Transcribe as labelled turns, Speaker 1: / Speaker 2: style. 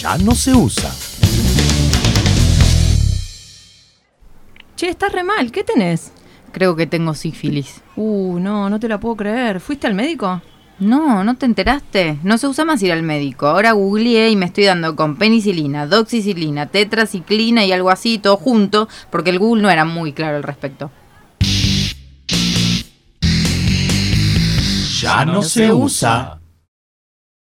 Speaker 1: ya no se usa.
Speaker 2: Che, estás re mal, ¿qué tenés?
Speaker 3: Creo que tengo sífilis.
Speaker 2: Uh, no, no te la puedo creer. ¿Fuiste al médico?
Speaker 3: No, ¿no te enteraste? No se usa más ir al médico. Ahora googleé y me estoy dando con penicilina, doxicilina, tetraciclina y algo así, todo junto, porque el Google no era muy claro al respecto.
Speaker 1: Ya no se usa.